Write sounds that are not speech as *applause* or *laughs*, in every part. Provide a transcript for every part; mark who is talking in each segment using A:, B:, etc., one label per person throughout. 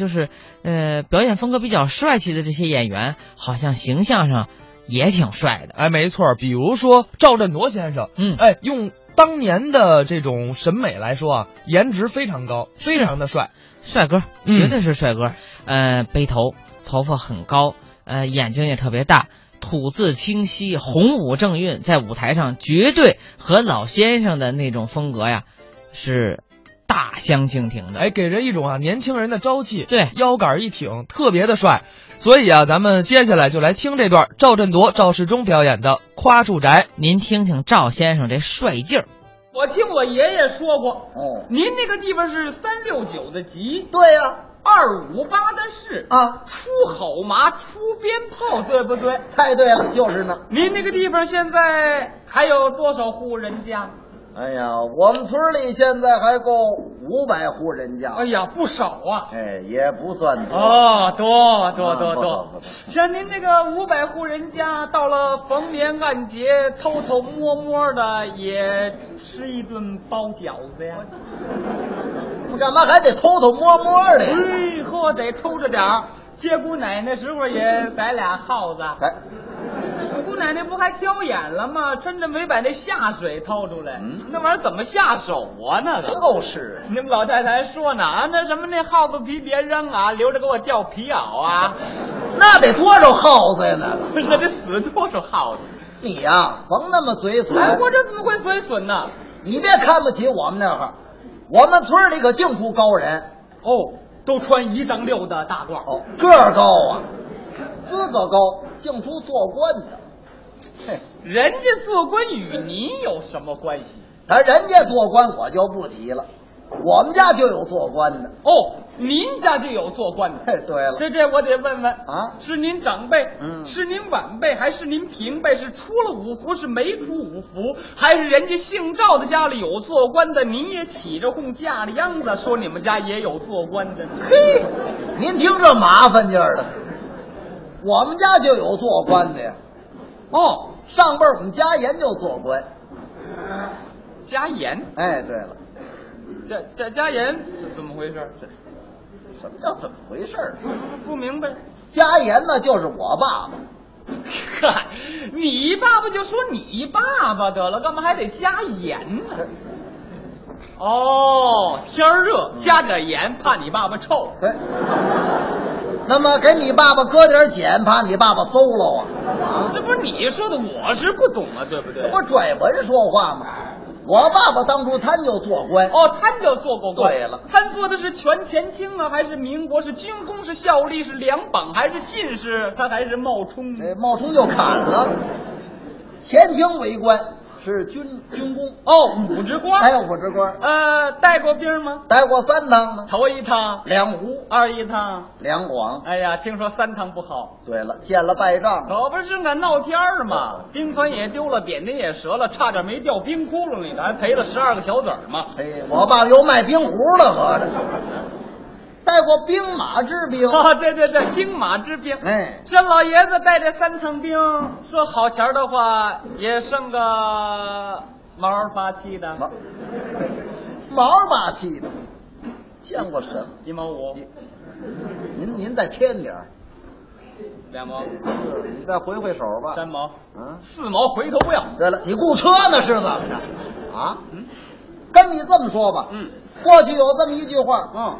A: 就是呃表演风格比较帅气的这些演员，好像形象上也挺帅的。
B: 哎，没错儿，比如说赵振铎先生，
A: 嗯
B: 哎，用当年的这种审美来说啊，颜值非常高，非常的帅。
A: 帅哥，
B: 嗯
A: 绝对是帅哥。呃，背头，头发很高，呃，眼睛也特别大，吐字清晰，洪武正韵，在舞台上绝对和老先生的那种风格呀是大相径庭的。
B: 哎，给人一种啊年轻人的朝气，
A: 对
B: 腰杆一挺，特别的帅。所以啊，咱们接下来就来听这段赵振铎、赵世忠表演的《夸住宅》。
A: 您听听赵先生这帅劲儿，
C: 我听我爷爷说过，
D: 哦，
C: 您那个地方是三六九的集，
D: 对呀、
C: 二五八的市
D: 啊，，
C: 出好麻，出鞭炮，对不对？
D: 太对了，就是呢。
C: 您那个地方现在还有多少户人家？
D: 哎呀，我们村里现在还够五百户人家，
C: 哎呀，不少啊！
D: 哎，也不算多。
C: 哦，多多多
D: 啊不错不
C: 多，
D: 错
C: 像您这个五百户人家，到了逢年按节，偷偷摸摸的也吃一顿包饺子呀。
D: 我们干嘛还得偷偷摸摸的呀？
C: 哎嚯，得偷着点儿。接姑奶奶时候也宰俩耗子，
D: 哎，
C: 我姑奶奶不还挑眼了吗？真的没把那下水掏出来，
D: 嗯
C: 那玩意儿怎么下手啊？那个，
D: 就是
C: *laughs* 你们老太太还说呢啊，那什么那耗子皮别扔啊，留着给我钓皮袄啊， *laughs*
D: 那得多少耗子呀？那个
C: 那得死多少耗子？
D: 你呀、甭那么嘴损。
C: 哎，我这怎么会嘴损呢？
D: 你别看不起我们那会儿，我们村里可净出高人
C: 哦，都穿一丈六的大褂儿，
D: 哦，个儿高啊，资格高，净出做官的。嘿，
C: 人家做官与你有什么关系？
D: 他人家做官我就不提了，我们家就有做官的。
C: 哦，您家就有做官的。
D: 嘿，对了，
C: 这这我得问问
D: 啊
C: 是您长辈，
D: 嗯
C: 是您晚辈，还是您平辈？是出了五福，是没出五福，还是人家姓赵的家里有做官的，您也起着哄架着秧子说你们家也有做官的？
D: 嘿，您听这麻烦劲儿的，我们家就有做官的呀。
C: 哦，
D: 上辈儿我们家人就做官。
C: 家言，
D: 哎，对了，
C: 家家家言怎怎么回事？这
D: 什么叫怎么回事儿？
C: 不明白。 *laughs*
D: 家言呢，就是我爸爸。
C: 嗨，你爸爸就说你爸爸得了，干嘛还得加盐呢？哦，天儿热，加点盐，怕你爸爸臭。
D: 对。那么给你爸爸搁点碱，怕你爸爸馊了啊？
C: 这不是你说的，我是不懂啊，对不对？
D: 这不拽文说话吗？我爸爸当初他就做官，
C: 哦，贪就做过官。
D: 对了
C: 贪做的是权钱清啊，还是民国？是军功？是效力？是两榜？还是进士？他还是冒充？
D: 这冒充就砍了。前清为官是军军功，
C: 哦，武职官。
D: 还有我这官，
C: 呃，带过兵吗？
D: 待过三趟呢，
C: 头一趟，
D: 两湖
C: 二一趟。
D: 两广。
C: 哎呀，听说三趟不好，
D: 对了，见了败仗了，
C: 可不是俺闹天儿嘛，冰船也丢了，扁担也折了，差点没掉冰窟窿里头，还赔了十二个小子儿嘛。
D: 哎，我爸爸又卖冰壶了，合着带过兵马之兵。
C: 啊，对对对，兵马之兵。
D: 哎，
C: 这老爷子带这三趟兵，说好钱儿的话，也剩个毛儿八七的
D: 毛毛马气的，见过什么？
C: 一毛五，
D: 你您您再添点儿，
C: 两毛，
D: 你再回回手吧。
C: 三毛，
D: 嗯，
C: 四毛回头不要。
D: 对了，你雇车呢是怎么着？啊，
C: 嗯
D: 跟你这么说吧，
C: 嗯
D: 过去有这么一句话，
C: 嗯，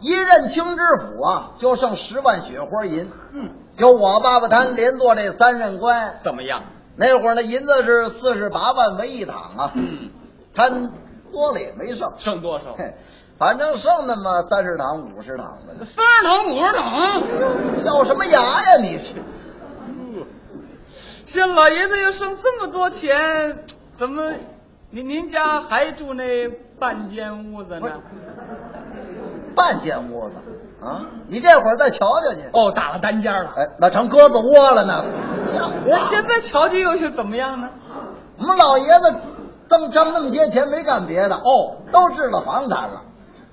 D: 一任清知府啊，就剩十万雪花银。
C: 嗯，
D: 就我爸爸他连做这三任官，
C: 怎么样？
D: 那会儿那银子是四十八万为一躺啊，
C: 嗯，
D: 贪多了也没剩，
C: 剩多少？
D: 嘿反正剩那么三十躺五十躺的，
C: 三十桶五十桶。
D: 要什么牙呀你？
C: 现老爷子又剩这么多钱，怎么您您家还住那半间屋子呢？
D: 半间屋子啊！你这会儿再瞧瞧去，
C: 哦，打了单间儿了。
D: 哎，那成鸽子窝了呢。
C: 我现在瞧瞧又是怎么样呢？
D: 我们老爷子挣挣那么些钱没干别的，
C: 哦，
D: 都置了房产了。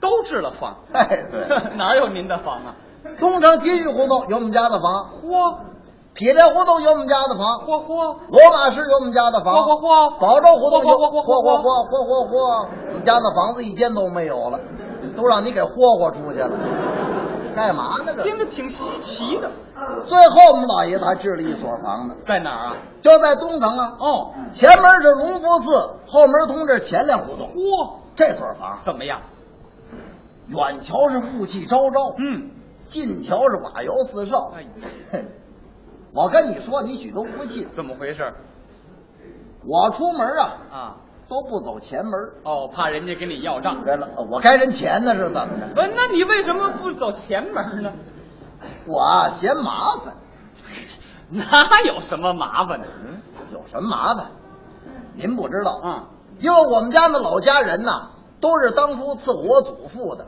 C: 都置了房，
D: 哎，对，
C: *laughs* 哪有您的房啊？
D: 东城金玉胡同有我们家的房，
C: 嚯
D: 匹连胡同有我们家的房，
C: 嚯嚯！
D: 罗马市有我们家的房，
C: 嚯嚯嚯
D: 宝州胡同有
C: 嚯嚯嚯
D: 嚯
C: 嚯
D: 嚯嚯嚯嚯，我们家那房子一间都没有了，都让你给霍霍出去了。干嘛呢这？
C: 听着挺稀奇的，
D: 最后我们老爷子还置了一所房呢，
C: 在哪儿啊？
D: 就在东城啊。
C: 哦，
D: 前门是隆福寺，后门通着前粮胡同。
C: 嚯，
D: 这所房，
C: 怎么样？
D: 远瞧是雾气昭昭，
C: 嗯，
D: 近瞧是瓦窑四少。
C: 哎，
D: 嘿 *laughs* 我跟你说，你许都不信。
C: 怎么回事
D: 我出门啊，
C: 啊？
D: 都不走前门。
C: 哦，怕人家跟你要账。
D: 对了，我该人钱呢，是怎么着？
C: 呃，那你为什么不走前门呢？
D: 我啊嫌麻烦，
C: *laughs* 哪有什么麻烦的？
D: 有什么麻烦？您不知道，
C: 嗯，
D: 因为我们家那老家人呐、都是当初伺候我祖父的，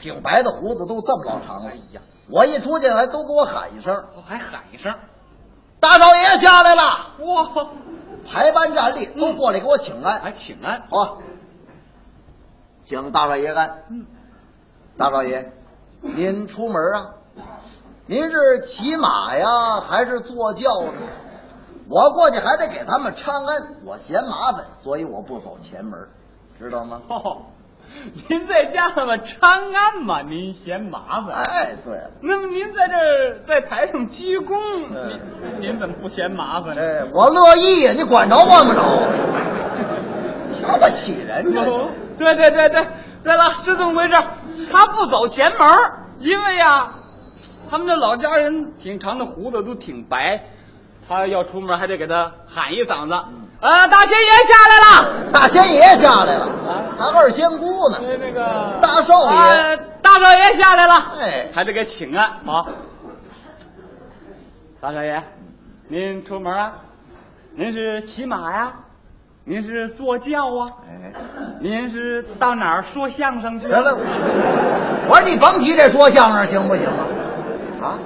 D: 挺白的胡子都这么老长
C: 嗯
D: 了
C: 哎。呀，
D: 我一出去还都给我喊一声
C: 我还喊一声，
D: “大少爷下来了
C: 哇，”，
D: 排班站立都过来给我请安。
C: 还请安。
D: 好啊，请大少爷安。
C: 嗯，
D: 大少爷，您出门啊？您是骑马呀，还是坐轿呢？我过去还得给他们昌安，我嫌麻烦，所以我不走前门，知道吗？
C: 哦，您在家了吗？长安嘛，您嫌麻烦。
D: 哎，对了，
C: 那么您在这儿在台上鞠躬，
D: 嗯
C: 您您怎么不嫌麻烦呢？
D: 哎，我乐意呀，你管着管不着？瞧得起人这
C: 哦，对对对对，对了，是这么回事儿。他不走前门儿，因为呀，他们这老家人挺长的胡子都挺白，他要出门还得给他喊一嗓子，
D: 嗯
C: 呃，大仙爷下来了。
D: 大仙爷下来了
C: 啊，
D: 还二仙姑呢，
C: 那那个
D: 大少爷
C: 呃大少爷下来了，
D: 哎
C: 还得给请安。好，大少爷，您出门啊？您是骑马呀、您是坐轿啊？
D: 哎。
C: 您是到哪儿说相声去？啊
D: 得了，我说你甭提这说相声行不行啊？啊，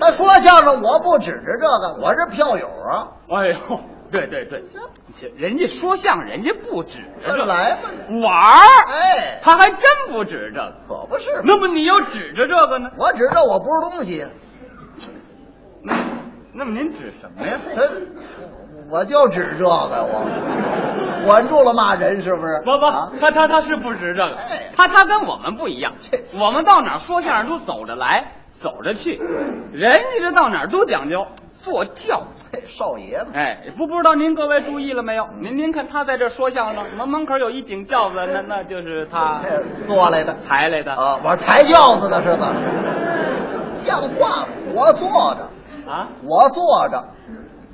D: 那说相声我不指着这个，我是票友啊。
C: 哎呦，对对对，人家说相声，人家不指着
D: 那
C: 这
D: 来吧，
C: 玩儿，
D: 哎，
C: 他还真不指着这个。
D: 可不是嘛，
C: 那么你要指着这个呢？
D: 我指着我不是东西，
C: 那那么您指什么呀？
D: 哎我就指这个，我管住了骂人是不是？
C: 不不，
D: 啊
C: 他他他是不值这个
D: 哎，
C: 他他跟我们不一样
D: 切，
C: 我们到哪儿说相声都走着来，走着去，
D: 嗯
C: 人家这到哪儿都讲究坐轿。
D: 嘿少爷嘛，
C: 哎，不不知道您各位注意了没有？您您看他在这说相声，门门口有一顶轿子，那那就是他
D: 这坐哎来的
C: 抬来的
D: 啊，我是抬轿子的是怎么着？像话吗？我坐着，
C: 啊。
D: 我坐着，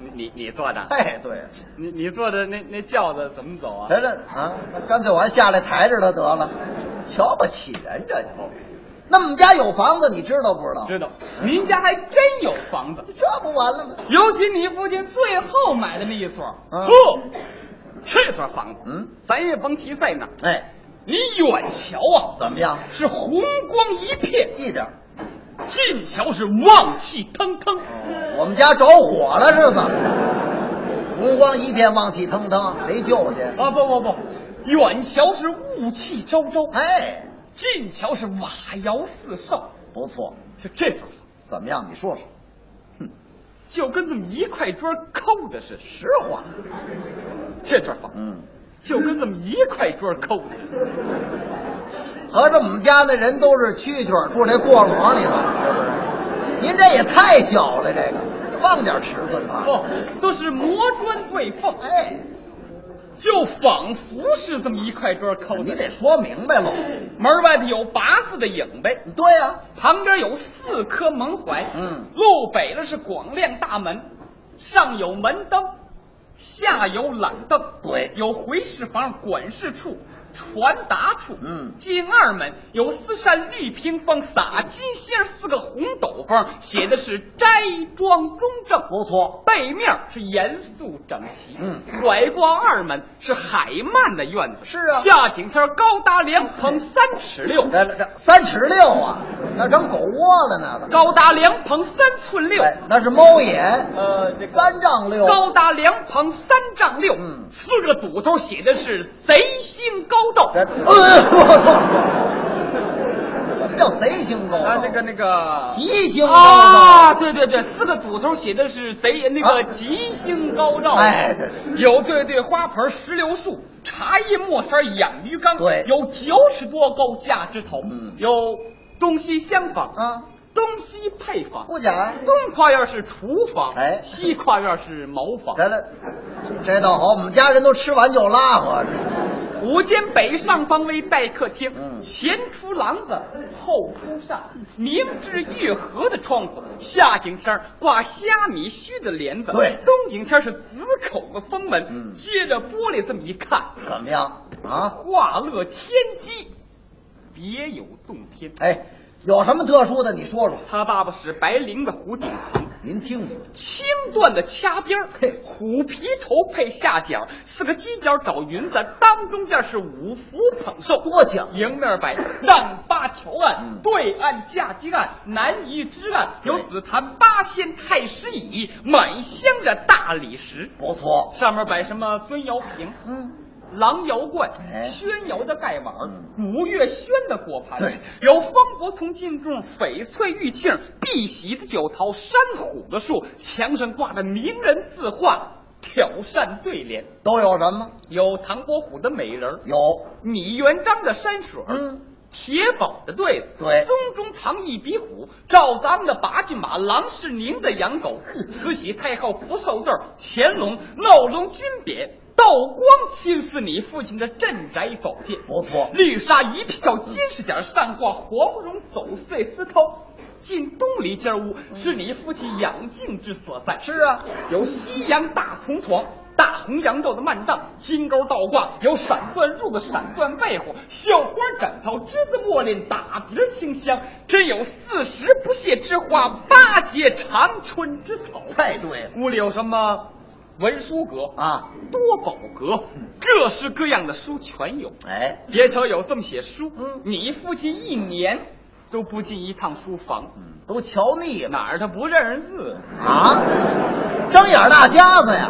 C: 你你你坐的，
D: 哎，对，
C: 你你坐的那那轿子怎么走啊？
D: 来这啊，那干脆我还下来抬着他得了，瞧不起人这就。那我们家有房子，你知道不知道？
C: 知道，您家还真有房子，
D: 这不完了吗？
C: 尤其你父亲最后买的那一所，
D: 嗯
C: 呵，这所房子，
D: 嗯，
C: 咱也甭提在哪儿，
D: 哎，
C: 你远瞧啊，
D: 怎么样？
C: 是红光一片；
D: 一点儿。
C: 近瞧是旺气腾腾。
D: 我们家着火了是怎么着？红光一片，旺气腾腾，谁救去？
C: 啊，不不不，远瞧是雾气昭昭，
D: 哎，
C: 近瞧是瓦窑四少。
D: 不错，
C: 就这所房，
D: 怎么样？你说说，
C: 就跟这么一块砖抠的似的。
D: 实话。
C: 这所房
D: 嗯，
C: 就跟这么一块砖抠的。
D: 合着我们家的人都是蛐蛐儿住这过笼里头，您这也太小了，这个放点尺寸吧。
C: 哦，都是磨砖对缝，
D: 哎，
C: 就仿佛是这么一块砖抠
D: 你
C: 的。
D: 得说明白喽。
C: 门外头有八字的影呗，
D: 对呀、
C: 旁边有四颗门槐，
D: 嗯
C: 路北了是广亮大门，上有门灯，下有懒凳，
D: 对
C: 有回事房、管事处、传达处，
D: 嗯
C: 进二门有四扇绿屏风，撒金星儿四个红斗方，写的是斋庄中正，
D: 不错，
C: 背面是严肃整齐，
D: 嗯
C: 拐过二门是海曼的院子，
D: 是啊
C: 下井天高达两层三尺六，
D: 这这三尺六啊，那成狗窝了呢。
C: 高达两棚三寸六，
D: 哎，那是猫眼，
C: 呃，这个
D: 三丈六。
C: 高达两棚三丈六，
D: 嗯
C: 四个堵头写的是贼心高斗，
D: 这，呃，我操！什么叫贼星高？
C: 啊，那个那个。
D: 吉星高
C: 啊，
D: 照。
C: 对对对，四个堵头写的是贼那个
D: 啊
C: 吉星高照，
D: 哎，对，
C: 有对对花盆、石榴树、茶叶、墨三养鱼缸，
D: 对
C: 有九尺多高价枝头，
D: 嗯
C: 有东西厢房，
D: 啊，
C: 东西配房，
D: 不假呀
C: 东跨院是厨房，
D: 哎
C: 西跨院是茅房，
D: 这了，这倒好，我们家人都吃完就拉我这
C: 五间北上方为待客厅，
D: 嗯
C: 前出廊子，后铺扇，明至玉河的窗户，下景天儿挂虾米须的帘子，
D: 对
C: 东景天儿是紫口的封门，
D: 嗯
C: 接着玻璃这么一看，
D: 怎么样啊？
C: 画乐天机，别有洞天。
D: 哎，有什么特殊的？你说说，
C: 他爸爸是白绫的弧顶层，
D: 您听听。
C: 青缎的掐边儿
D: 嘿，
C: 虎皮头配下角，四个犄角找云子，当中间是五福捧寿，
D: 多讲究
C: 迎面摆丈八条案
D: 嗯，
C: 对岸架机案，南夷之案，
D: 对
C: 有紫檀八仙太师椅，满镶着大理石，
D: 不错，
C: 上面摆什么孙瑶平，
D: 嗯，
C: 郎窑罐、
D: 哎
C: 宣窑的盖碗、
D: 嗯
C: 古月轩的果盘，
D: 对对
C: 有方伯同镜柱、翡翠玉磬、碧玺的酒桃、山虎的树，墙上挂着名人字画，挑扇对联，
D: 都有什么？
C: 有唐伯虎的美人儿，
D: 有，
C: 米元璋的山水，
D: 嗯，
C: 铁宝的对子，
D: 对
C: 宗中堂一比虎，赵咱们的八骏马，郎世宁的养狗，慈禧太后福寿字儿，乾隆闹龙军匾，道光亲赐你父亲的镇宅宝剑，
D: 不错，
C: 绿纱鱼皮鞘，金饰甲上挂黄绒走碎丝绦。进东篱间屋是你父亲养静之所在。是啊，有西洋大铜床、大红扬州的幔帐、金钩倒挂，有闪缎褥子、闪缎被子、绣花枕头、栀子墨林、打鼻儿清香。真有四时不谢之花，八节长春之草。
D: 太对了
C: 屋里有什么文书阁、
D: 啊！
C: 多宝阁，各式各样的书全有。
D: 哎，
C: 别瞧有这么些书，
D: 嗯
C: 你父亲一年都不进一趟书房，
D: 嗯都瞧腻了
C: 哪儿他不认识字？
D: 啊！睁眼大瞎子呀，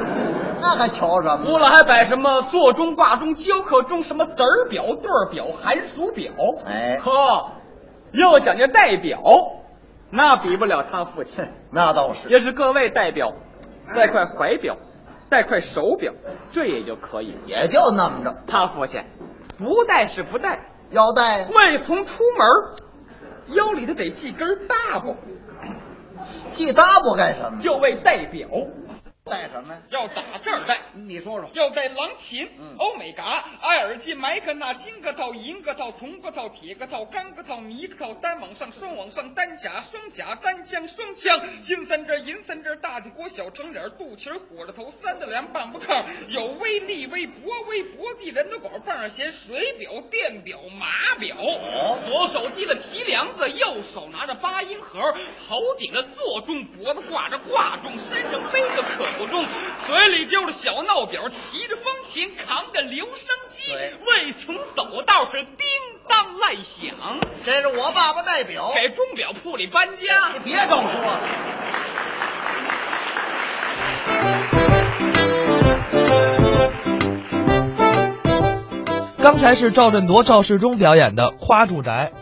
D: 那还瞧什么？
C: 屋里还摆什么座钟、挂钟、教课钟，什么子儿表、对儿表、寒暑表。
D: 哎
C: 呵，又讲究代表，那比不了他父
D: *laughs*
C: 亲。
D: 那倒是，
C: 也是各位代表，带块怀表，带块手表，这也就可以。
D: 也就那么着。
C: 他父亲不带是不带，
D: 腰带呀
C: 未从出门，腰里头得系根大包，
D: 系搭不干什么？
C: 就为代表。
D: 带什么呀？
C: 要打这儿带，
D: 你说说，
C: 要带狼琴、
D: 嗯
C: 欧美嘎、爱尔进、麦克纳、金个套、银个套、铜个套、铁个套、钢个套、泥个套、单往上、双往上、单甲、双甲、单枪、双枪、金三针、银三针、大鸡锅、小长脸、肚脐儿、火着头、三的梁、棒不炕，有微粒、微薄、微薄地、人头管、棒儿鞋、水表、电表、码表。左手提着提梁子，右手拿着八音盒，头顶着座钟，脖子挂着挂钟，身上背着口钟，嘴里叼着小闹表，提着风琴，扛着留声机，
D: 对
C: 未从走道是叮当乱响，
D: 这是我爸爸代表。
C: 给钟表铺里搬家
D: 你。别跟我说了，
B: 刚才是赵振铎、赵世忠表演的《花住宅》，